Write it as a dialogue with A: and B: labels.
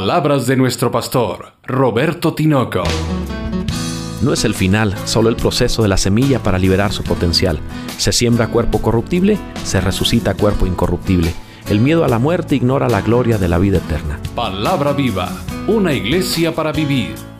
A: Palabras de nuestro pastor, Roberto Tinoco.
B: No es el final, solo el proceso de la semilla para liberar su potencial. Se siembra cuerpo corruptible, se resucita cuerpo incorruptible. El miedo a la muerte ignora la gloria de la vida eterna.
A: Palabra viva, una iglesia para vivir.